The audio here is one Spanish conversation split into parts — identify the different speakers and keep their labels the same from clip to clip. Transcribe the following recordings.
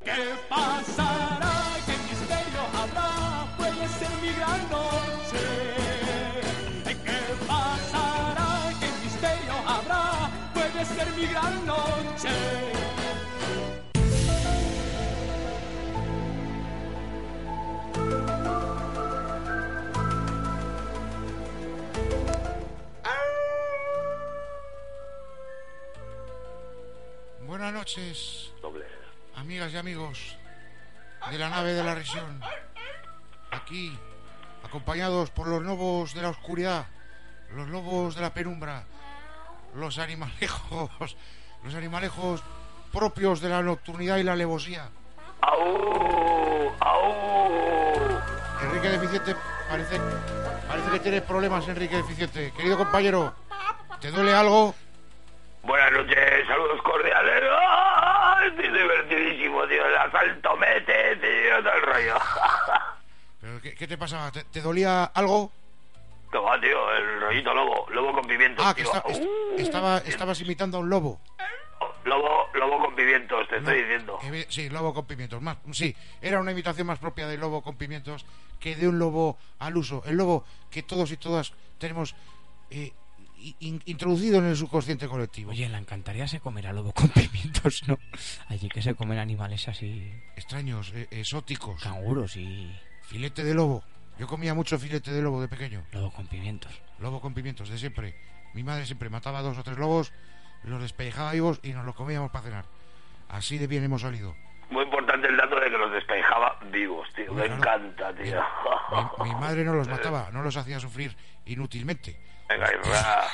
Speaker 1: ¿Qué pasará? ¿Qué misterio habrá? Puede ser mi gran noche. ¿Qué pasará? ¿Qué misterio habrá? Puede ser mi gran noche.
Speaker 2: Buenas noches,
Speaker 3: Doble.
Speaker 2: amigas y amigos de la nave de la risión. Aquí, acompañados por los lobos de la oscuridad, los lobos de la penumbra, los animalejos, los animalejos propios de la nocturnidad y la alevosía.
Speaker 3: ¡Au! ¡Au!
Speaker 2: Enrique Deficiente, parece, parece que tienes problemas, Enrique Deficiente. Querido compañero, ¿te duele algo?
Speaker 3: Buenas noches, saludos cordiales. ¡Ah! Estoy divertidísimo, tío. El asalto mete, tío, todo el rollo.
Speaker 2: ¿Pero qué, qué te pasaba? ¿Te, te dolía algo?
Speaker 3: ¿Qué va, tío? El rollito lobo, lobo con pimientos,
Speaker 2: Ah, que
Speaker 3: tío.
Speaker 2: esta- est-
Speaker 3: ¡Uh!
Speaker 2: estaba, estabas imitando a un lobo.
Speaker 3: Lobo, lobo con pimientos, te estoy diciendo.
Speaker 2: Eh, Sí, lobo con pimientos. Más, sí, era una imitación más propia de lobo con pimientos que de un lobo al uso. El lobo que todos y todas tenemos eh, i- in- introducido en el subconsciente colectivo.
Speaker 4: Oye, la encantaría se comer a lobo con pimientos, ¿no? Allí que se comen animales así,
Speaker 2: Extraños, eh, exóticos.
Speaker 4: canguros y
Speaker 2: Filete de lobo. Yo comía mucho filete de lobo de pequeño.
Speaker 4: lobo con pimientos.
Speaker 2: Lobo con pimientos, de siempre. Mi madre siempre mataba dos o tres lobos, los despellejaba vivos y nos los comíamos para cenar. Así de bien hemos salido.
Speaker 3: Muy importante el dato de que los despejaba vivos, tío. Me
Speaker 2: Claro.
Speaker 3: encanta, tío.
Speaker 2: Mi, mi madre no los mataba, no los hacía sufrir inútilmente.
Speaker 3: Venga, Irra.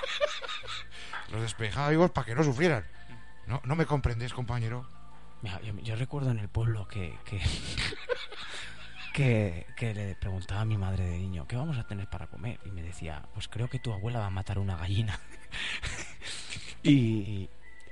Speaker 2: Los despejaba vivos para que no sufrieran. No, no me comprendes, compañero.
Speaker 4: Mira, yo, yo recuerdo en el pueblo que que, que que le preguntaba a mi madre de niño, ¿qué vamos a tener para comer? Y me decía, pues creo que tu abuela va a matar una gallina. y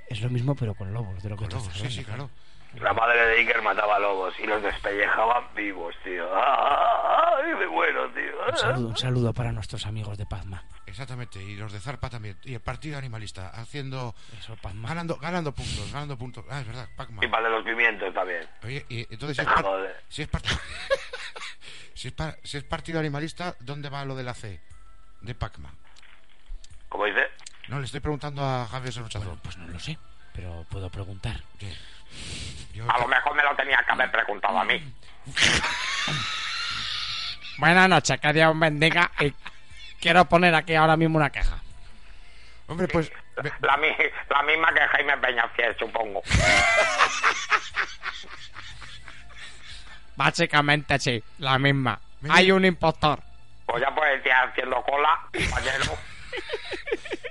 Speaker 4: es lo mismo pero con ¿eh? lobos, de lo que
Speaker 2: Con
Speaker 4: tú
Speaker 2: lobos,
Speaker 4: estás
Speaker 2: sí, sí,
Speaker 4: hablando,
Speaker 2: claro.
Speaker 3: La madre de Iker mataba lobos y los despellejaba vivos, tío. ¡Ay, me muero,
Speaker 4: Un saludo,
Speaker 3: tío!
Speaker 4: un saludo para nuestros amigos de Pazma.
Speaker 2: Exactamente, y los de Zarpa también. Y el partido animalista, haciendo.
Speaker 4: Eso, Pazma.
Speaker 2: ganando, ganando puntos, ganando puntos. Ah, es verdad, Pac-Man.
Speaker 3: Y para de los pimientos también.
Speaker 2: Oye, y entonces si es, par-
Speaker 3: Joder.
Speaker 2: si es par- si es par- si es partido animalista, ¿dónde va lo de la C? De Pacma.
Speaker 3: ¿Cómo dice?
Speaker 2: No, le estoy preguntando a Javier Serruchazo.
Speaker 4: Bueno, pues no lo sé, pero puedo preguntar.
Speaker 2: Yo-
Speaker 3: A lo mejor me lo tenía que haber preguntado a mí.
Speaker 4: Buenas noches, que Dios bendiga. Y quiero poner aquí ahora mismo una queja.
Speaker 2: Hombre, pues ve-
Speaker 3: La, mi- la misma que Jaime Peñafiel, supongo.
Speaker 4: Básicamente sí, la misma.
Speaker 2: Mira.
Speaker 4: Hay un impostor.
Speaker 3: Pues ya puedes estar haciendo cola, compañero.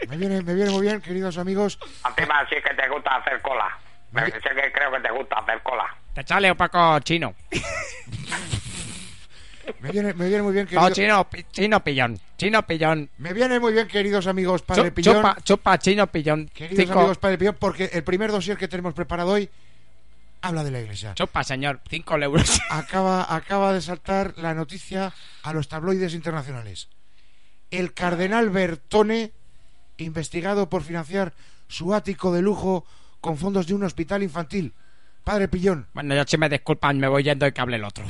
Speaker 2: me, viene, me viene muy bien, queridos amigos.
Speaker 3: Encima sí que te gusta hacer cola. Me
Speaker 2: Vale.
Speaker 3: sé que creo que te gusta hacer cola.
Speaker 4: Te chale un poco chino.
Speaker 2: Me viene, me viene muy bien,
Speaker 4: No,
Speaker 2: querido-
Speaker 4: chino, pi- chino pillón. Chino pillón.
Speaker 2: me viene muy bien, queridos amigos
Speaker 4: Chu-
Speaker 2: Padre Piñón.
Speaker 4: Chupa, chupa, chino pillón.
Speaker 2: Queridos
Speaker 4: Cinco-
Speaker 2: amigos Padre Piñón, porque el primer dossier que tenemos preparado hoy habla de la iglesia.
Speaker 4: Chupa, señor. Cinco euros.
Speaker 2: Acaba, acaba de saltar la noticia a los tabloides internacionales. El cardenal Bertone, investigado por financiar su ático de lujo con fondos de un hospital infantil. Padre Pillón,
Speaker 4: Bueno, yo si me disculpan, me voy yendo y que hable el otro.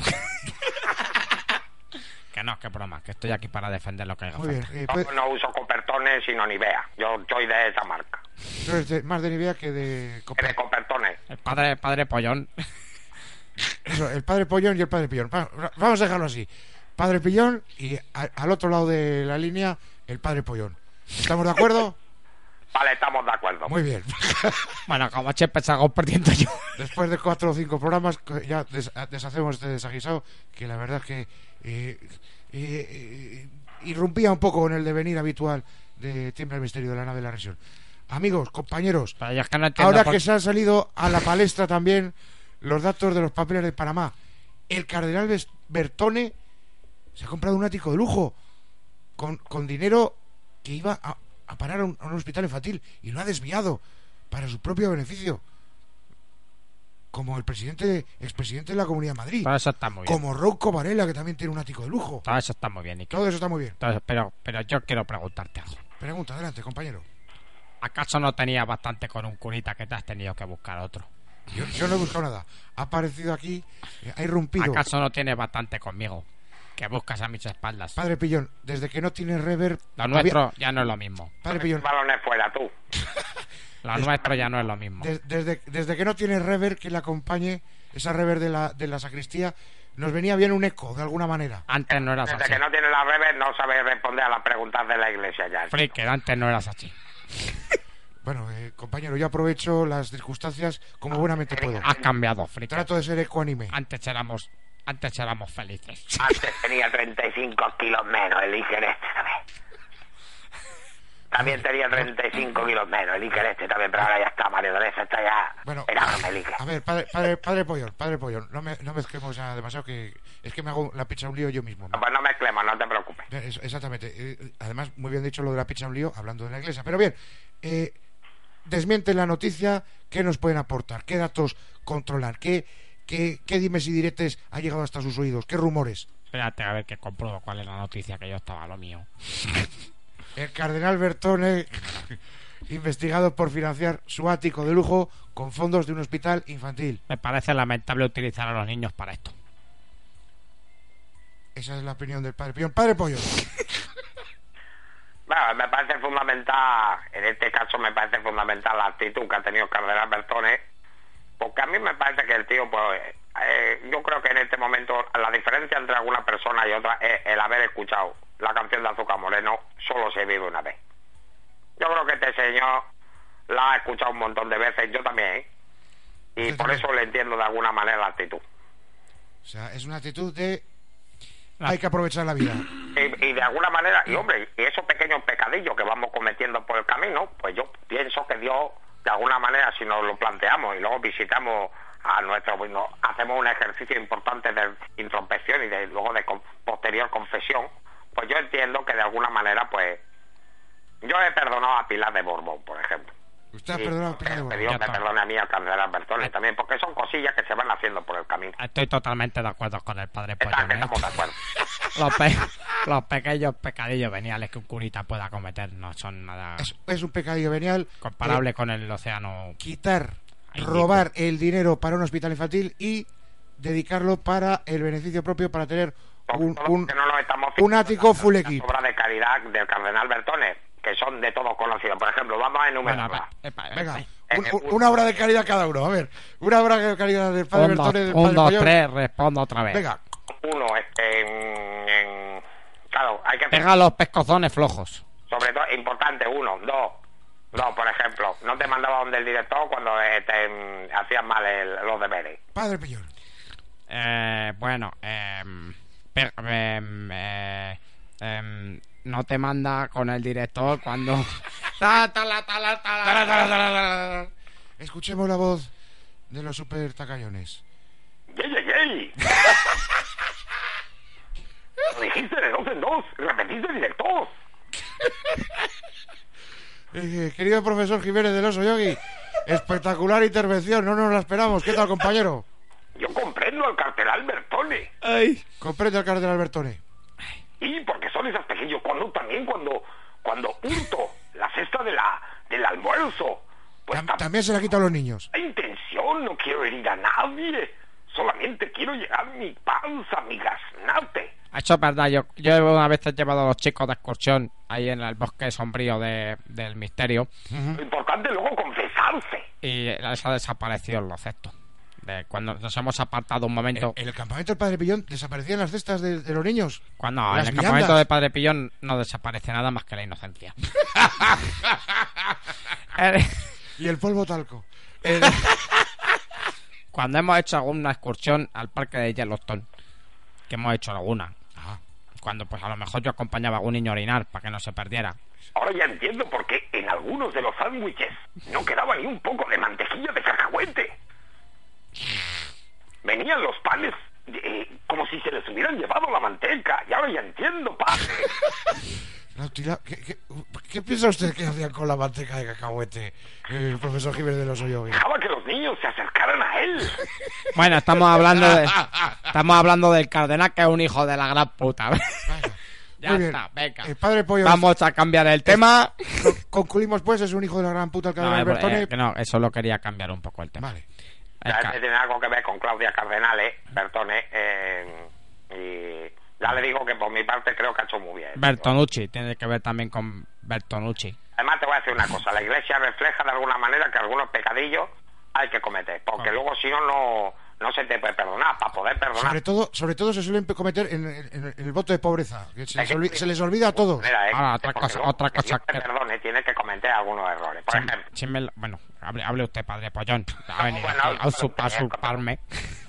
Speaker 4: que no, que broma, que estoy aquí para defender lo que haga
Speaker 2: muy bien.
Speaker 4: falta.
Speaker 2: eh,
Speaker 3: Yo
Speaker 2: puede-
Speaker 3: no uso copertones sino Nivea. Yo soy de esa marca.
Speaker 2: tú eres de- más de Nivea que de Copa.
Speaker 3: De copertones.
Speaker 4: El padre, padre pollón.
Speaker 2: Eso, el Padre Pollón y el Padre Pillón. Va- va- vamos a dejarlo así. Padre Pillón y a- al otro lado de la línea, el Padre Pollón. ¿Estamos de acuerdo?
Speaker 3: Vale, estamos de acuerdo.
Speaker 2: Muy bien.
Speaker 4: Bueno, como siempre salgo perdiendo yo.
Speaker 2: Después de cuatro o cinco programas, co- ya des- deshacemos este desaguisado, que la verdad es que eh, eh, eh, irrumpía un poco en el devenir habitual de Tiembla el Misterio de la Nave de la Región. Amigos, compañeros,
Speaker 4: Pero yo es que no entiendo
Speaker 2: ahora
Speaker 4: por-
Speaker 2: que se han salido a la palestra también los datos de los papeles de Panamá, el cardenal Bes- Bertone se ha comprado un ático de lujo con, con dinero que iba a, a parar a un, a un hospital infantil y lo ha desviado para su propio beneficio. Como el presidente, expresidente de la Comunidad de Madrid,
Speaker 4: Todo eso está muy bien.
Speaker 2: como Rocco Varela, que también tiene un ático de lujo.
Speaker 4: Todo Ah, eso está muy bien, Iker.
Speaker 2: Todo eso está muy bien.
Speaker 4: Todo- pero, pero yo quiero preguntarte algo.
Speaker 2: Pregunta, adelante, compañero.
Speaker 4: ¿Acaso no tenías bastante con un curita que te has tenido que buscar otro?
Speaker 2: Yo, yo no he buscado nada. Ha aparecido aquí, eh, ha irrumpido.
Speaker 4: ¿Acaso no tienes bastante conmigo? Que buscas a mis espaldas.
Speaker 2: Padre Pillón, desde que no tiene reverb.
Speaker 4: Lo
Speaker 2: había-
Speaker 4: nuestro ya no es lo mismo.
Speaker 2: Padre Pillón,
Speaker 3: Balones fuera, tú.
Speaker 4: Lo nuestro ya no es lo mismo.
Speaker 2: des- desde, desde que no tiene reverb que le acompañe, esa reverb de la, de la sacristía, nos venía bien un eco, de alguna manera.
Speaker 4: Antes no eras
Speaker 3: Desde
Speaker 4: así.
Speaker 3: que no tiene las redes no sabe responder a las preguntas de la iglesia ya.
Speaker 4: Friki, antes no eras así.
Speaker 2: Bueno, eh, compañero, yo aprovecho las circunstancias como buenamente puedo.
Speaker 4: Has cambiado, Friki.
Speaker 2: Trato de ser ecuánime.
Speaker 4: Antes éramos, antes éramos felices.
Speaker 3: Antes tenía 35 kilos menos, eligen este también. También tenía 35 kilos menos, eligen este también, pero ahora ya está, marionesa, está ya.
Speaker 2: Bueno,
Speaker 3: Enorme, eligen.
Speaker 2: a ver, padre, padre, padre Pollón, padre Pollón, no, me, no mezclemos ya demasiado que es que me hago la pizza un lío yo mismo.
Speaker 3: Pues no mezclemos, no te preocupes.
Speaker 2: Es- exactamente. Eh, Además, muy bien dicho lo de la pizza un lío, hablando de la iglesia. Pero bien, eh, desmienten la noticia, ¿qué nos pueden aportar? ¿Qué datos controlan? ¿Qué, qué, qué dimes y diretes ha llegado hasta sus oídos? ¿Qué rumores?
Speaker 4: Espérate a ver que compruebo cuál es la noticia que yo estaba a lo mío.
Speaker 2: El cardenal Bertone, investigado por financiar su ático de lujo con fondos de un hospital infantil.
Speaker 4: Me parece lamentable utilizar a los niños para esto.
Speaker 2: Esa es la opinión del padre Pollón. Padre Pollón.
Speaker 3: Bueno, me parece fundamental, en este caso me parece fundamental la actitud que ha tenido Cardenal Bertone, porque a mí me parece que el tío, pues, eh, yo creo que en este momento la diferencia entre alguna persona y otra es el haber escuchado la canción de Azúcar Moreno, solo se vive una vez. Yo creo que este señor la ha escuchado un montón de veces, yo también, ¿eh? y
Speaker 2: Yo
Speaker 3: por
Speaker 2: también.
Speaker 3: eso le entiendo de alguna manera la actitud.
Speaker 2: O sea, es una actitud de
Speaker 4: La-
Speaker 2: hay que aprovechar la vida.
Speaker 3: Y, y de alguna manera, y hombre, y esos pequeños pecadillos que vamos cometiendo por el camino, pues yo pienso que Dios, de alguna manera, si nos lo planteamos y luego visitamos a nuestro, bueno, hacemos un ejercicio importante de introspección y de, luego de con- posterior confesión, pues yo entiendo que de alguna manera, pues, yo he perdonado a Pilar de Borbón, por ejemplo.
Speaker 2: Usted ha
Speaker 3: Y
Speaker 2: perdonado a Pilar de
Speaker 3: que
Speaker 2: Borbón.
Speaker 3: Dios
Speaker 4: Ya
Speaker 3: me
Speaker 4: está.
Speaker 3: perdone a mí, al cardenal Bertone también, porque son cosillas que se van haciendo por el camino.
Speaker 4: Estoy totalmente de acuerdo con el padre
Speaker 3: Está,
Speaker 4: Pollón.
Speaker 3: que
Speaker 4: ¿eh?
Speaker 3: estamos de acuerdo.
Speaker 4: Los, pe- los pequeños pecadillos veniales que un curita pueda cometer no son nada
Speaker 2: Es, es un pecadillo venial.
Speaker 4: comparable
Speaker 2: eh,
Speaker 4: con el océano.
Speaker 2: quitar,
Speaker 4: Ay,
Speaker 2: robar el dinero para un hospital infantil y dedicarlo para el beneficio propio para tener
Speaker 3: Porque
Speaker 2: un,
Speaker 3: todos
Speaker 2: un-
Speaker 3: que no nos estamos
Speaker 2: un ático full
Speaker 3: Las
Speaker 2: equip.
Speaker 3: obras de caridad del cardenal Bertone, que son de todos conocidos. Por ejemplo, vamos a
Speaker 4: Bueno,
Speaker 3: enumerarlas.
Speaker 4: pa- epa,
Speaker 2: Venga,
Speaker 3: Eh,
Speaker 2: un-
Speaker 3: eh,
Speaker 2: un- una obra de caridad cada uno. A ver, una obra de caridad del padre
Speaker 4: un, dos,
Speaker 2: Bertone del
Speaker 4: un,
Speaker 2: padre
Speaker 4: dos,
Speaker 2: Pollón.
Speaker 4: tres, respondo otra vez.
Speaker 2: Venga,
Speaker 3: Uno, este, en- en- claro, hay que
Speaker 4: Pega los pescozones flojos.
Speaker 3: sobre todo, importante, uno, dos. Dos, por ejemplo, no te mandaba donde el director cuando eh, te, mm, hacías mal el- los deberes.
Speaker 2: padre Pillón.
Speaker 4: Eh, bueno, em, pe- em, eh, em, no te manda con el director cuando. Ta, ta, la, ta, la, ta, la, ta, la, ta, la, ta, la.
Speaker 2: Escuchemos la voz de los super tacañones.
Speaker 3: ¡Yey, yey, yey! Lo dijiste de dos en dos, repetiste director.
Speaker 2: Eh, querido profesor Jiménez del Oso Yogi, espectacular intervención, no nos la esperamos. ¿Qué tal, compañero?
Speaker 3: Yo comprendo al cardenal Bertone.
Speaker 2: Comprende al cardenal Bertone.
Speaker 3: Y porque son esas pequeños cuando también cuando cuando hurto la cesta de la del almuerzo, pues
Speaker 2: Tam-
Speaker 3: tam-
Speaker 2: también se la quita a los niños.
Speaker 3: la intención no quiero herir a nadie, solamente quiero llegar mi panza, mi gaznate.
Speaker 4: Eso es verdad, yo, yo una vez he llevado a los chicos de excursión ahí en el bosque sombrío de- del misterio
Speaker 3: Lo importante es luego confesarse.
Speaker 4: y les ha desaparecido los cestos. De cuando nos hemos apartado un momento.
Speaker 2: En Eh, el campamento del padre Pillón desaparecían las cestas de, de los niños.
Speaker 4: Cuando en el
Speaker 2: las
Speaker 4: campamento
Speaker 2: viandas.
Speaker 4: de Padre Pillón no desaparece nada más que la inocencia. Eh,
Speaker 2: Y el polvo talco. Eh,
Speaker 4: cuando hemos hecho alguna excursión al parque de Yellowstone, que hemos hecho alguna,
Speaker 2: Ah,
Speaker 4: cuando pues a lo mejor yo acompañaba a algún niño a orinar para que no se perdiera.
Speaker 3: Ahora ya entiendo por qué en algunos de los sándwiches no quedaba ni un poco de mantequilla de cacahuete. Venían los panes eh, como si se les hubieran llevado la manteca. Y ahora ya entiendo, padre.
Speaker 2: la utila- ¿Qué, qué, qué piensa usted que hacían con la manteca de cacahuete, el profesor Jiménez del Oso Yogi?
Speaker 3: dejaba que los niños se acercaran a él.
Speaker 4: Bueno, estamos hablando de, estamos hablando del cardenal que es un hijo de la gran puta.
Speaker 2: Vaya.
Speaker 4: Ya
Speaker 2: Muy bien.
Speaker 4: está, venga.
Speaker 2: El padre Pollo.
Speaker 4: Vamos a cambiar el tema.
Speaker 2: Con- Concluimos, pues, es un hijo de la gran puta el
Speaker 4: No,
Speaker 2: cardenal
Speaker 4: eh,
Speaker 2: Bertone.
Speaker 4: eh, que no, eso lo quería cambiar un poco el tema.
Speaker 2: Vale.
Speaker 4: Es
Speaker 3: Ya,
Speaker 4: ca-
Speaker 3: este tiene algo que ver con Claudia Cardenales, Bertone, eh, y ya le digo que por mi parte creo que ha hecho muy bien.
Speaker 4: Bertonucci, tiene que ver también con Bertonucci.
Speaker 3: Además te voy a decir una cosa, la iglesia refleja de alguna manera que algunos pecadillos hay que cometer,
Speaker 4: Ah.
Speaker 3: porque luego si no, no, no se te puede perdonar, para poder perdonar.
Speaker 2: Sobre todo, sobre todo se suelen cometer en, en- en el voto de pobreza. que se,
Speaker 3: Es
Speaker 2: les
Speaker 3: que-
Speaker 2: olvi- se les olvida a todos.
Speaker 3: Mira, eh,
Speaker 4: Ahora, Ah, otra
Speaker 3: porque
Speaker 4: cosa-
Speaker 3: luego,
Speaker 4: otra
Speaker 3: que Dios
Speaker 4: cosa
Speaker 3: te
Speaker 4: que-
Speaker 3: perdone, tienes que cometer algunos errores. Por
Speaker 4: Si-
Speaker 3: ejemplo,
Speaker 4: si me lo- bueno, hable, hable usted, padre Pollón. Ha venido
Speaker 3: bueno,
Speaker 4: aquí a usu- a
Speaker 3: pero-
Speaker 4: usurparme.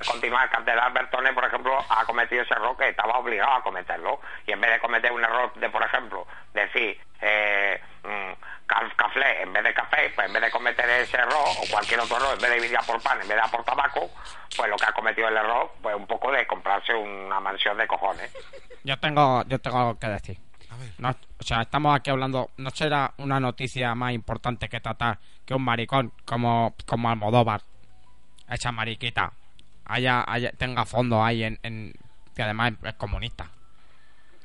Speaker 3: continuar el catedral Bertone, por ejemplo, ha cometido ese error que estaba obligado a cometerlo. Y en vez de cometer un error de, por ejemplo, decir eh, mm, ca- café en vez de café, pues en vez de cometer ese error o cualquier otro error, en vez de ir a por pan, en vez de a por tabaco, pues lo que ha cometido el error, pues un poco de comprarse una mansión de cojones.
Speaker 4: Yo tengo, yo tengo algo que decir.
Speaker 2: A ver.
Speaker 4: No, o sea, estamos aquí hablando. ¿No será una noticia más importante que tratar que un maricón como, como Almodóvar? Esa mariquita. Haya, haya- tenga fondo ahí en, en- Que además es comunista.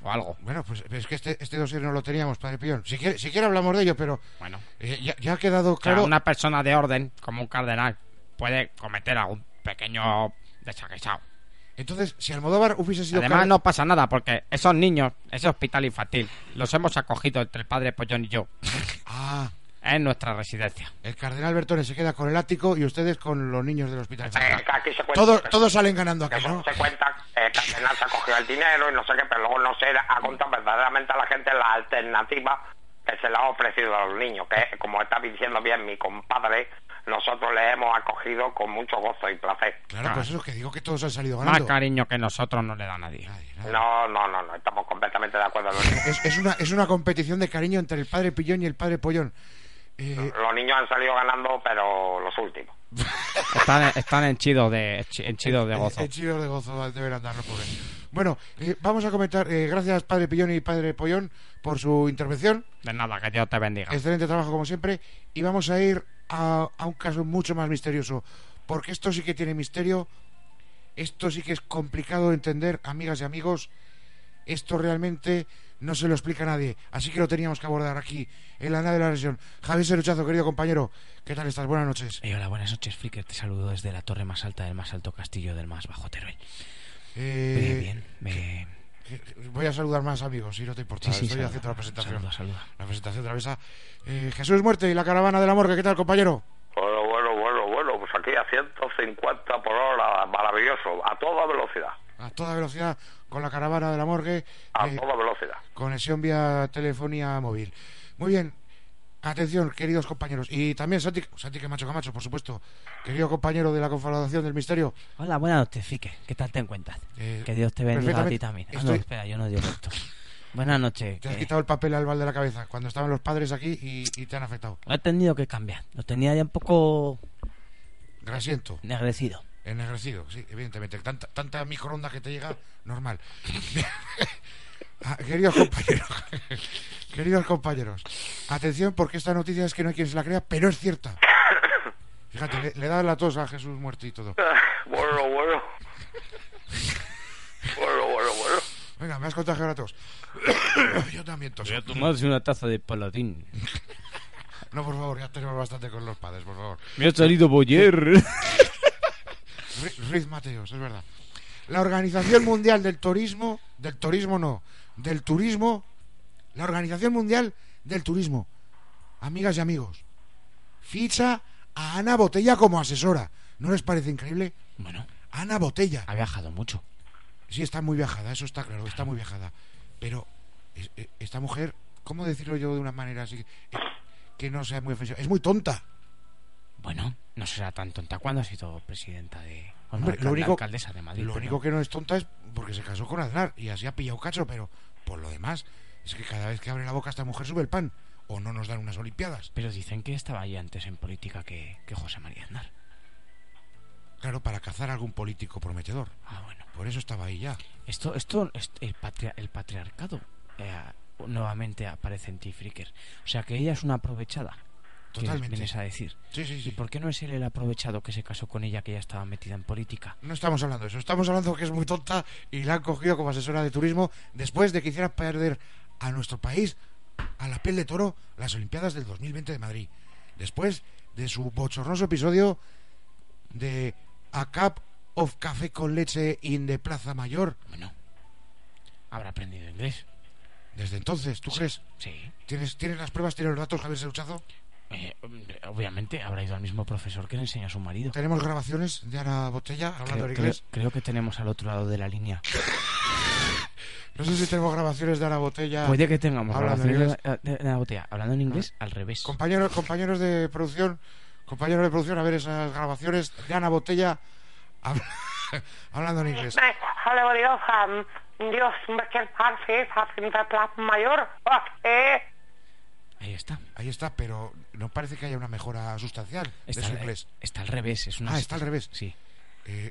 Speaker 4: O algo.
Speaker 2: Bueno, pues es que este, este dossier no lo teníamos, padre Pillón. Si quiere, si quiere hablamos de ello, pero
Speaker 4: Bueno.
Speaker 2: eh, ya, ya ha quedado
Speaker 4: Claro.
Speaker 2: claro.
Speaker 4: una persona de orden, como un cardenal, puede cometer algún pequeño desaguisado.
Speaker 2: Entonces, si Almodóvar hubiese sido.
Speaker 4: Además,
Speaker 2: car-
Speaker 4: no pasa nada, porque esos niños, ese hospital infantil, los hemos acogido entre el padre Pollón y yo.
Speaker 2: Ah,
Speaker 4: Es nuestra residencia.
Speaker 2: el cardenal Bertone se queda con el ático y ustedes con los niños del hospital.
Speaker 3: Eh, que aquí se cuenta-
Speaker 2: Todos, todos salen ganando
Speaker 3: que
Speaker 2: aquí,
Speaker 3: eso
Speaker 2: ¿no?
Speaker 3: no se cuenta, eh, que al final se ha cogido el dinero y no sé qué, pero luego no se ha contado verdaderamente a la gente la alternativa que se le ha ofrecido a los niños, que como está diciendo bien mi compadre, nosotros le hemos acogido con mucho gozo y placer.
Speaker 2: Claro, pues eso que digo que todos han salido
Speaker 4: Más
Speaker 2: ganando.
Speaker 4: cariño que nosotros no le da a nadie.
Speaker 2: Nadie, nadie.
Speaker 3: No, no, no, no, estamos completamente de acuerdo. Los niños,
Speaker 2: Es, es una, es una competición de cariño entre el padre Pillón y el padre Pollón. Eh,
Speaker 3: los niños han salido ganando, pero los últimos.
Speaker 4: Están, están henchidos de, henchidos de gozo.
Speaker 2: eh, chidos de gozo deben andar los pobres. Bueno, eh, vamos a comentar. eh, gracias, padre Pillón y padre Pollón, por su intervención.
Speaker 4: De nada, que Dios te bendiga.
Speaker 2: Excelente trabajo, como siempre. Y vamos a ir a, a un caso mucho más misterioso. Porque esto sí que tiene misterio. Esto sí que es complicado de entender, amigas y amigos. Esto realmente no se lo explica nadie. Así que lo teníamos que abordar aquí, en la nada de la lesión. Javier Seruchazo, querido compañero, ¿qué tal estás? Buenas noches.
Speaker 5: Eh, hola, buenas noches, Flicker. Te saludo desde la torre más alta del más alto castillo del más bajo Teruel.
Speaker 2: Eh,
Speaker 5: bien, bien.
Speaker 2: eh, Voy a saludar más amigos, si no te importa. Estoy
Speaker 5: saluda,
Speaker 2: haciendo la presentación.
Speaker 5: Saluda, saluda.
Speaker 2: La presentación travesa. Eh, Jesús Muerte y la caravana del amor, ¿qué tal, compañero?
Speaker 3: Bueno, bueno, bueno, bueno, pues aquí a 150 por hora, maravilloso, a toda velocidad,
Speaker 2: a toda velocidad con la caravana de la morgue, eh,
Speaker 3: velocidad.
Speaker 2: conexión vía telefonía móvil. Muy bien, atención, queridos compañeros. Y también Santi, Santi Camacho Camacho, por supuesto, querido compañero de la Confederación del Misterio.
Speaker 5: Hola, buenas noches, Flicker. ¿Qué tal te encuentras?
Speaker 2: Eh,
Speaker 5: que Dios te bendiga a
Speaker 2: perfectamente.
Speaker 5: ti también. Ah, no,
Speaker 2: Estoy-
Speaker 5: espera, yo no digo esto. Buenas noches.
Speaker 2: Te has
Speaker 5: eh,
Speaker 2: quitado el papel al bal de la cabeza cuando estaban los padres aquí y, y te han afectado.
Speaker 5: lo he tenido que cambiar. Lo tenía ya un poco
Speaker 2: Grasiento,
Speaker 5: ennegrecido.
Speaker 2: ennegrecido, sí, evidentemente. Tanta, tanta microonda que te llega, normal. Ah, queridos compañeros, queridos compañeros, atención porque esta noticia es que no hay quien se la crea, pero es cierta. Fíjate, le, le da la tos a Jesús muerto y todo.
Speaker 3: Bueno, bueno. Bueno, bueno, bueno.
Speaker 2: Venga, me has contagiado la tos. Yo también tos.
Speaker 5: Tomaos una taza de paladín.
Speaker 2: No, por favor, ya tenemos bastante con los padres, por favor.
Speaker 5: Me ha salido Boyer.
Speaker 2: Ri- Ruiz Mateos, es verdad. La Organización Mundial del Turismo, del turismo no, del turismo, la Organización Mundial del Turismo, amigas y amigos, ficha a Ana Botella como asesora. ¿No les parece increíble?
Speaker 5: Bueno,
Speaker 2: Ana Botella.
Speaker 5: ha viajado mucho.
Speaker 2: Sí, está muy viajada, eso está claro, está muy viajada. Pero es- e- esta mujer, ¿cómo decirlo yo de una manera así? eh, Que no sea muy ofensiva. Es muy tonta.
Speaker 5: Bueno, no será tan tonta. ¿Cuándo ha sido presidenta de... Bueno,
Speaker 2: Hombre,
Speaker 5: alca-
Speaker 2: lo único-
Speaker 5: alcaldesa de Madrid.
Speaker 2: Lo
Speaker 5: perdón.
Speaker 2: único que no es tonta es porque se casó con Aznar y así ha pillado cacho, pero por lo demás, es que cada vez que abre la boca esta mujer sube el pan. O no nos dan unas Olimpiadas.
Speaker 5: Pero dicen que estaba ahí antes en política que, que José María Aznar.
Speaker 2: Claro, para cazar a algún político prometedor.
Speaker 5: Ah, bueno.
Speaker 2: Por eso estaba ahí ya.
Speaker 5: Esto, esto, est- el, patria- el patriarcado eh, nuevamente aparece en ti, Fricker. O sea que ella es una aprovechada. que
Speaker 2: Totalmente.
Speaker 5: Vienes a decir.
Speaker 2: Sí, sí,
Speaker 5: ¿Y
Speaker 2: sí.
Speaker 5: por qué no es él el aprovechado que se casó con ella que ya estaba metida en política?
Speaker 2: No estamos hablando de eso. Estamos hablando que es muy tonta y la han cogido como asesora de turismo después de que hiciera perder a nuestro país, a la piel de toro, las Olimpiadas del 2020 de Madrid. Después de su bochornoso episodio de A Cup of Café con Leche in the Plaza Mayor.
Speaker 4: Bueno, habrá aprendido inglés.
Speaker 2: Desde entonces, ¿tú crees?
Speaker 4: Sí.
Speaker 2: ¿Tienes, ¿Tienes las pruebas? ¿Tienes los datos, Javier Seuchazo?
Speaker 4: Eh, obviamente habrá ido al mismo profesor que le enseña a su marido.
Speaker 2: ¿Tenemos grabaciones de Ana Botella hablando
Speaker 4: Creo,
Speaker 2: en
Speaker 4: creo-
Speaker 2: inglés?
Speaker 4: creo que tenemos al otro lado de la línea.
Speaker 2: No sé si tenemos grabaciones de Ana Botella.
Speaker 4: Puede que tengamos
Speaker 2: Hablando en Ah.
Speaker 4: grabaciones de, de- de la botella. Hablando en inglés, al revés.
Speaker 2: Compañeros, compañeros de producción, compañeros de producción, a ver esas grabaciones de Ana Botella habla- hablando en inglés.
Speaker 3: Nei, hallo, Dios, um, Dios, bekjent har fef, har fem der platen major. Ah, eh.
Speaker 4: Ahí está.
Speaker 2: Ahí está, pero no parece que haya una mejora sustancial
Speaker 4: Está,
Speaker 2: de su
Speaker 4: al-
Speaker 2: inglés.
Speaker 4: está al revés. Es una
Speaker 2: Ah, está al revés.
Speaker 4: Sí.
Speaker 2: Eh,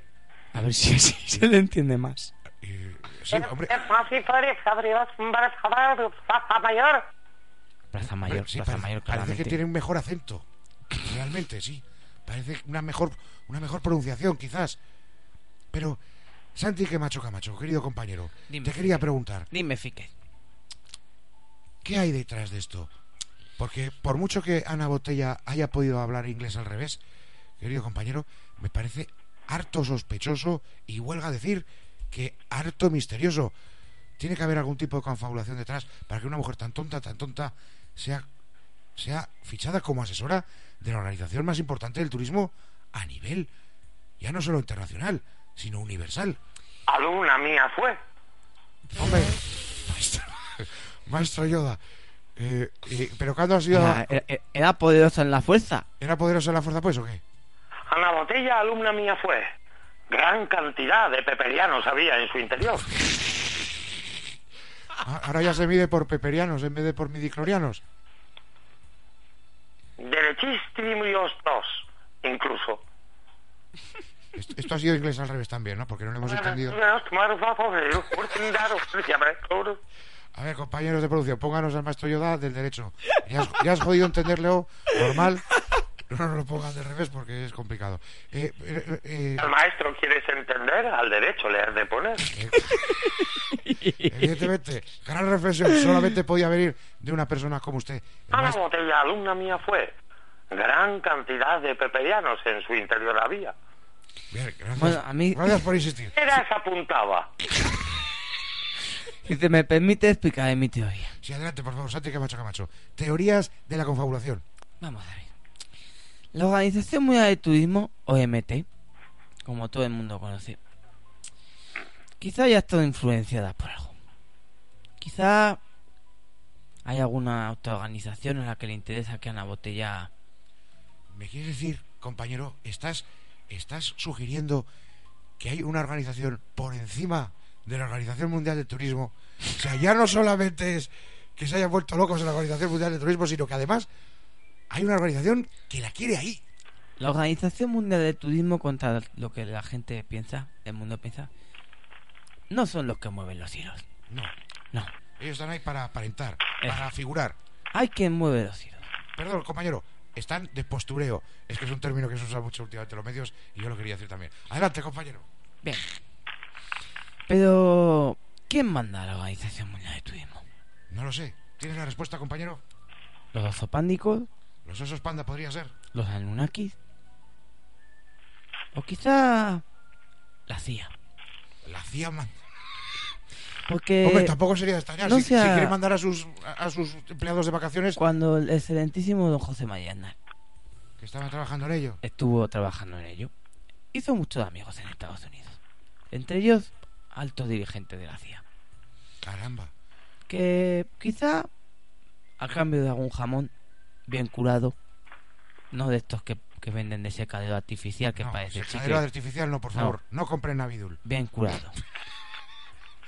Speaker 4: A ver si así se le entiende más.
Speaker 2: eh, sí, hombre.
Speaker 3: Eh, har fem for det, har Dios, bekjent har fef, platen major.
Speaker 4: Plaza Mayor,
Speaker 2: sí,
Speaker 4: Plaza
Speaker 2: parece,
Speaker 4: Mayor,
Speaker 2: parece
Speaker 4: claramente.
Speaker 2: que tiene un mejor acento. Realmente, sí. Parece una mejor, una mejor pronunciación, quizás. Pero, Santi Camacho Camacho, querido compañero,
Speaker 4: Dime.
Speaker 2: te quería preguntar,
Speaker 4: Dime, Fique.
Speaker 2: ¿qué hay detrás de esto? Porque por mucho que Ana Botella haya podido hablar inglés al revés, querido compañero, me parece harto sospechoso y huelga decir que harto misterioso. Tiene que haber algún tipo de confabulación detrás para que una mujer tan tonta, tan tonta, sea, sea fichada como asesora de la organización más importante del turismo a nivel, ya no solo internacional, sino universal.
Speaker 3: Alumna mía fue.
Speaker 2: Hombre, maestro, maestro Yoda. eh, eh, ¿Pero cuándo ha sido?
Speaker 5: Era, era- era poderoso en la fuerza.
Speaker 2: ¿Era poderosa la fuerza, pues, o qué?
Speaker 3: Ana Botella, alumna mía fue. Gran cantidad de peperianos había en su interior.
Speaker 2: A- Ah, Ahora ya se mide por peperianos en vez de por midiclorianos.
Speaker 3: Derechísimos dos, incluso.
Speaker 2: Esto, esto ha sido inglés al revés también, ¿no? Porque no lo hemos entendido. A ver, compañeros de producción, pónganos al maestro Yoda del derecho. Ya has, ya has jodido entenderlo, normal. No nos lo pongan del revés porque es complicado. Eh, eh, eh,
Speaker 3: Al maestro quieres entender, al derecho le has de poner.
Speaker 2: evidentemente, gran reflexión solamente podía venir de una persona como usted. El
Speaker 3: Ana
Speaker 2: maestro-
Speaker 3: Botella, alumna mía fue. Gran cantidad de peperianos en su interior había.
Speaker 2: Bien, gracias,
Speaker 5: Bueno, a mí-
Speaker 2: gracias por insistir.
Speaker 3: Era esa apuntaba.
Speaker 5: Si te me permite explicaré mi teoría.
Speaker 2: Sí, adelante, por favor, Santi Camacho Camacho. Teorías de la confabulación.
Speaker 5: Vamos a ver. La Organización Mundial de Turismo, OMT, como todo el mundo conoce, quizá haya estado influenciada por algo. Quizá hay alguna otra organización a la que le interesa que Ana Botella...
Speaker 2: ¿Me quieres decir, compañero, estás, estás sugiriendo que hay una organización por encima de la Organización Mundial de Turismo? O sea, ya no solamente es que se hayan vuelto locos en la Organización Mundial de Turismo, sino que además hay una organización que la quiere ahí.
Speaker 5: La Organización Mundial de Turismo, contra lo que la gente piensa, el mundo piensa, no son los que mueven los hilos.
Speaker 2: No,
Speaker 5: No.
Speaker 2: ellos están ahí para aparentar,
Speaker 5: Eh.
Speaker 2: para figurar.
Speaker 5: Hay quien mueve los hilos.
Speaker 2: Perdón, compañero, están de postureo. Es que es un término que se usa mucho últimamente en los medios y yo lo quería decir también. Adelante, compañero.
Speaker 5: Bien. Pero... ¿Quién manda a la Organización Mundial de Turismo?
Speaker 2: No lo sé. ¿Tienes la respuesta, compañero?
Speaker 5: ¿Los zoopándicos?
Speaker 2: Los osos panda podría ser.
Speaker 5: ¿Los Anunnakis? ¿O quizá la CIA?
Speaker 2: La CIA manda.
Speaker 5: Porque
Speaker 2: Hombre, tampoco sería de extrañar.
Speaker 5: Eh, no
Speaker 2: si,
Speaker 5: sea-
Speaker 2: si quiere mandar a sus, a a sus empleados de vacaciones,
Speaker 5: cuando el excelentísimo don José María Aznar
Speaker 2: que estaban trabajando en ello.
Speaker 5: estuvo trabajando en ello, hizo muchos amigos en Estados Unidos. Entre ellos, altos dirigentes de la CIA.
Speaker 2: Caramba.
Speaker 5: Que quizá a cambio de algún jamón bien curado, no de estos que, que venden de secadero artificial que
Speaker 2: no,
Speaker 5: parece
Speaker 2: secadero
Speaker 5: chicle,
Speaker 2: artificial no, por
Speaker 5: No.
Speaker 2: favor. No, compren Navidul.
Speaker 5: bien curado.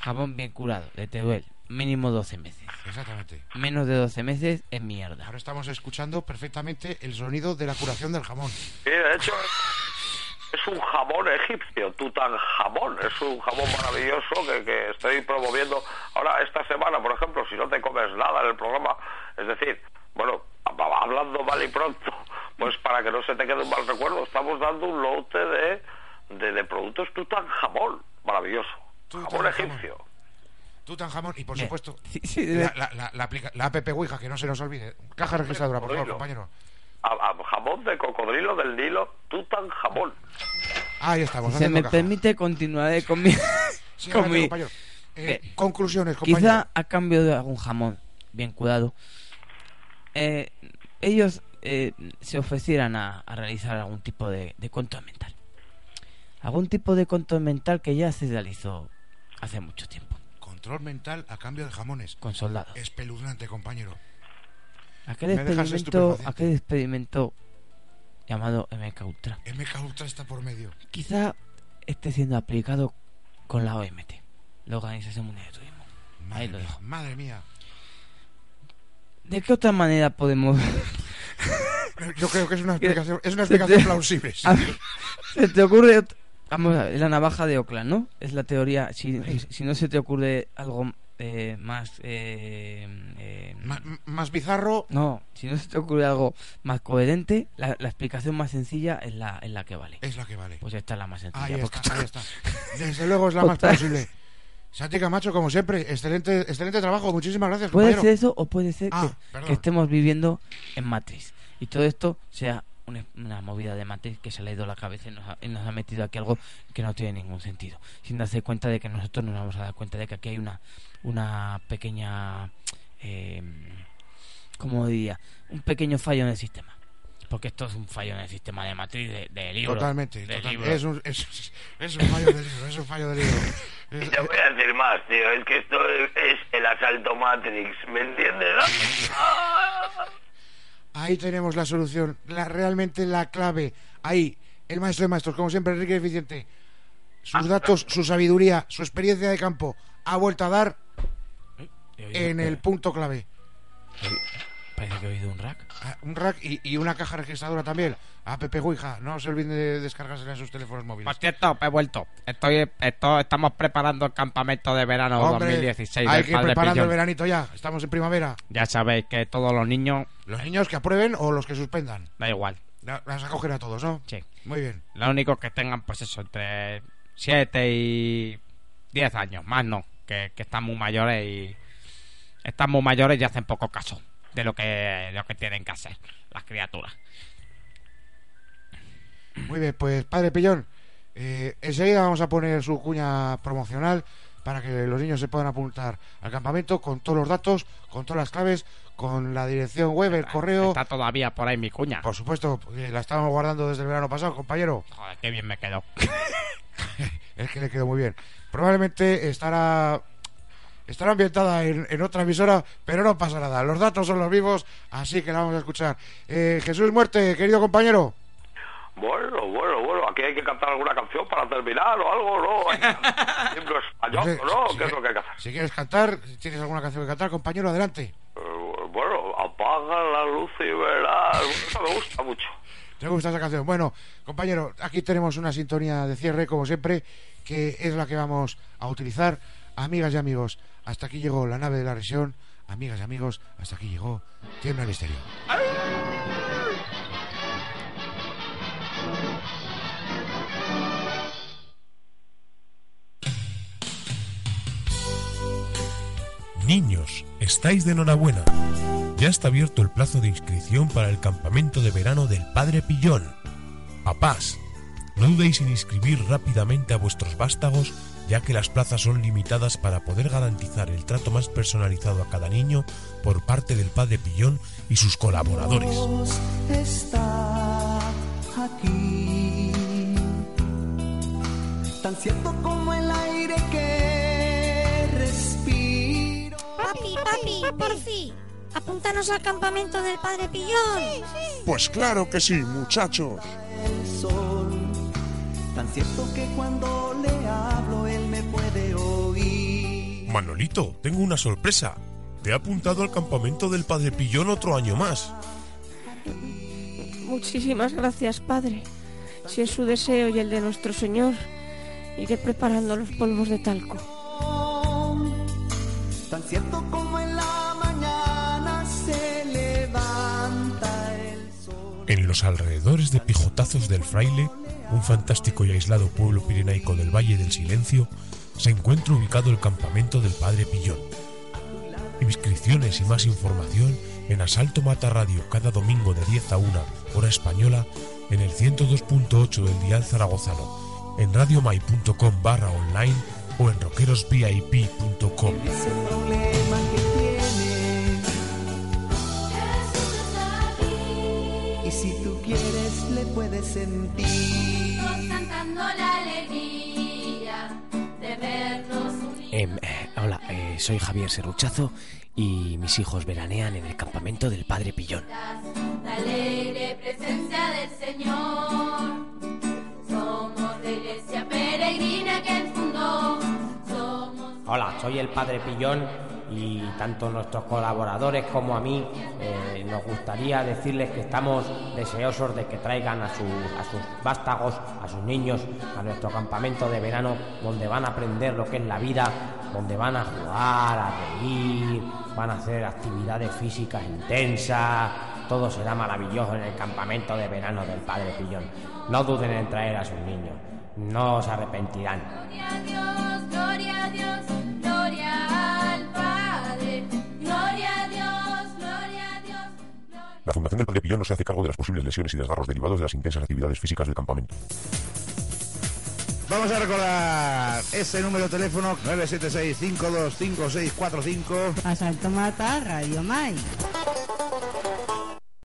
Speaker 5: Jamón bien curado, de Teruel, mínimo 12 meses.
Speaker 2: Exactamente.
Speaker 5: menos de 12 meses es mierda.
Speaker 2: Ahora estamos escuchando perfectamente el sonido de la curación del jamón.
Speaker 3: Sí, de hecho, es- es un jabón egipcio, tutan jabón. Es un jabón maravilloso que, que estoy promoviendo ahora esta semana, por ejemplo, si no te comes nada en el programa. Es decir, bueno, hab- hab- hablando mal y pronto, pues para que no se te quede un mal recuerdo, estamos dando un lote de, de, de productos tutan jabón. Maravilloso.
Speaker 2: Tutan
Speaker 3: jabón
Speaker 2: jamón.
Speaker 3: egipcio.
Speaker 2: Tú tan jamón y, por
Speaker 5: Bien.
Speaker 2: supuesto,
Speaker 5: Sí, sí, de-
Speaker 2: la, la, la, la aplica- la app Ouija, que no se nos olvide. Caja registradora, por favor,
Speaker 3: Oílo.
Speaker 2: compañero.
Speaker 3: a- a- jamón de cocodrilo del Nilo, tú tan jamón.
Speaker 2: Ahí estamos.
Speaker 5: Se
Speaker 2: Pues haciendo
Speaker 5: me
Speaker 2: caja.
Speaker 5: permite continuar con mi...
Speaker 2: Sí,
Speaker 5: con
Speaker 2: adelante,
Speaker 5: mi-
Speaker 2: compañero. Eh,
Speaker 5: Eh,
Speaker 2: conclusiones, compañero.
Speaker 5: Quizá a cambio de algún jamón bien curado, eh, ellos eh, se ofrecieran a, a realizar algún tipo de, de conto mental. Algún tipo de conto mental que ya se realizó hace mucho tiempo,
Speaker 2: Control mental a cambio de jamones.
Speaker 5: con soldados.
Speaker 2: Espeluznante, compañero.
Speaker 5: Aquel
Speaker 2: Eh, me dejas
Speaker 5: experimento,
Speaker 2: estupefaciente.
Speaker 5: aquel experimento llamado MK Ultra,
Speaker 2: MK Ultra está por medio.
Speaker 5: quizá esté siendo aplicado con la OMT, la Organización Mundial de Turismo.
Speaker 2: Madre
Speaker 5: Ahí lo
Speaker 2: mía,
Speaker 5: dejo.
Speaker 2: Madre mía.
Speaker 5: ¿De qué otra manera podemos
Speaker 2: Yo creo que es una explicación, es una explicación plausible. sí.
Speaker 5: A ver, se te ocurre. ot- Vamos a ver, la navaja de Oakland, ¿no? Es la teoría. Si, si no se te ocurre algo eh, más. eh, eh,
Speaker 2: Ma- m- más bizarro.
Speaker 5: no, si no se te ocurre algo más coherente, la, la explicación más sencilla es la, es la que vale.
Speaker 2: Es la que vale.
Speaker 5: Pues esta es la más sencilla.
Speaker 2: Eh, Ahí
Speaker 5: porque-
Speaker 2: está, ahí está. Desde luego es la más
Speaker 5: Otra-
Speaker 2: plausible. Santi Camacho, como siempre, excelente, excelente trabajo. Muchísimas gracias,
Speaker 5: Puede
Speaker 2: compañero.
Speaker 5: ser eso o puede ser
Speaker 2: Ah,
Speaker 5: Pues que- que,
Speaker 2: perdón.
Speaker 5: estemos viviendo en Matrix. Y todo esto sea una, una movida de Matrix que se le ha ido la cabeza y nos, ha, y nos ha metido aquí algo que no tiene ningún sentido. Sin darse cuenta de que nosotros nos vamos a dar cuenta de que aquí hay una, una pequeña... Eh, ¿Cómo diría? Un pequeño fallo en el sistema. Porque esto es un fallo en el sistema de Matrix, de, de libro.
Speaker 2: Totalmente,
Speaker 5: de
Speaker 2: totalmente.
Speaker 5: libro.
Speaker 2: Es, un, es- es un fallo de libro, es un fallo de libro.
Speaker 6: Y
Speaker 2: Es-
Speaker 6: te voy a decir más, tío. Es que esto es el asalto Matrix. ¿Me entiendes? Ah.
Speaker 2: Ahí tenemos la solución, la realmente la clave. Ahí, el maestro de maestros, como siempre, Enrique Eficiente. Sus datos, su sabiduría, su experiencia de campo ha vuelto a dar
Speaker 5: He oído-
Speaker 2: en el punto clave.
Speaker 5: Parece que he oído un rack.
Speaker 2: Ah, Un rack y, y una caja registradora también. App Ouija, no se olviden de descargársela en sus teléfonos
Speaker 4: Por
Speaker 2: móviles.
Speaker 4: cierto, he vuelto. Estoy, esto- estamos preparando el campamento de verano
Speaker 2: Hombre,
Speaker 4: 2016
Speaker 2: hay
Speaker 4: del
Speaker 2: que ir
Speaker 4: Padre
Speaker 2: preparando el
Speaker 4: Pillón.
Speaker 2: veranito ya. Estamos en primavera.
Speaker 4: Ya sabéis que todos los niños,
Speaker 2: Los niños que aprueben o los que suspendan.
Speaker 4: da igual.
Speaker 2: La- Las acoger a todos, ¿no?
Speaker 4: Sí.
Speaker 2: Muy bien.
Speaker 4: Lo único que tengan, pues eso, entre 7 y 10 años, más no, que, que están muy mayores y. Están muy mayores y hacen poco caso de lo que, de lo que tienen que hacer las criaturas.
Speaker 2: Muy bien, pues Padre Pillón, eh, enseguida vamos a poner su cuña promocional para que los niños se puedan apuntar al campamento con todos los datos, con todas las claves, con la dirección web, el correo.
Speaker 4: Está todavía por ahí mi cuña.
Speaker 2: Por supuesto, porque la estábamos guardando desde el verano pasado, compañero.
Speaker 4: Joder, qué bien me quedó.
Speaker 2: Es que le quedó muy bien. Probablemente estará estará ambientada en, en otra emisora, pero no pasa nada. Los datos son los mismos, así que la vamos a escuchar. Eh, Jesús Muerte, querido compañero.
Speaker 3: Bueno, bueno, bueno, aquí hay que cantar alguna canción para terminar o algo, ¿no? Hay que cantar un himno español, ¿no? ¿Qué es lo que hay que hacer?
Speaker 2: Si quieres cantar, tienes alguna canción que cantar, compañero, adelante.
Speaker 3: Eh, Bueno, apaga la luz y verás. Eso me gusta mucho.
Speaker 2: ¿Te gusta esa canción? Bueno, compañero, aquí tenemos una sintonía de cierre, como siempre, que es la que vamos a utilizar. Amigas y amigos, hasta aquí llegó la nave de la risión. Amigas y amigos, hasta aquí llegó Tiembla el Misterio.
Speaker 7: Niños, estáis de enhorabuena. Ya está abierto el plazo de inscripción para el campamento de verano del Padre Pillón. Papás, no dudéis en inscribir rápidamente a vuestros vástagos, ya que las plazas son limitadas para poder garantizar el trato más personalizado a cada niño por parte del Padre Pillón y sus colaboradores.
Speaker 8: está aquí. Tan cierto como el aire que respiro.
Speaker 9: Papi, papi, por fin. Apúntanos al campamento del padre Pillón.
Speaker 10: Pues claro que sí, muchachos.
Speaker 8: El sol. Tan cierto que cuando le hablo él me puede oír.
Speaker 7: Manolito, tengo una sorpresa. Te he apuntado al campamento del Padre Pillón otro año más.
Speaker 11: Muchísimas gracias, Padre. Si es su deseo y el de nuestro Señor, iré preparando los polvos de talco.
Speaker 8: Tan cierto como en la mañana se levanta el sol.
Speaker 7: En los alrededores de Pijotazos del Fraile, un fantástico y aislado pueblo pirenaico del Valle del Silencio, se encuentra ubicado el campamento del Padre Pillón. Inscripciones y más información en Asalto Mata Radio cada domingo de 10 a 1, hora española, en el 102.8 del dial zaragozano, en radiomay.com barra online o en rockerosvip.com.
Speaker 8: problema que tienes. Y si tú quieres, le puedes sentir.
Speaker 12: Constatando la alegría de vernos unidos.
Speaker 5: Em, eh, hola, eh, soy Javier Serruchazo y mis hijos veranean en el campamento del Padre Pillón.
Speaker 12: La alegre presencia del Señor. Somos la iglesia peregrina que Él fundó. Somos
Speaker 4: Hola, soy el Padre Pillón y tanto nuestros colaboradores como a mí eh, nos gustaría decirles que estamos deseosos de que traigan a, sus- a sus vástagos, a sus niños, a nuestro campamento de verano donde van a aprender lo que es la vida, donde van a jugar, a reír, van a hacer actividades físicas intensas. Todo será maravilloso en el campamento de verano del Padre Pillón. No duden en traer a sus niños, no se arrepentirán.
Speaker 12: Dios, gloria a Dios, gloria al Padre. Gloria a Dios, gloria a Dios.
Speaker 13: La Fundación del Padre Pillón no se hace cargo de las posibles lesiones y desgarros derivados de las intensas actividades físicas del campamento.
Speaker 14: Vamos a recordar ese número de teléfono 976 525645
Speaker 2: Asalto Mata Radio Mai.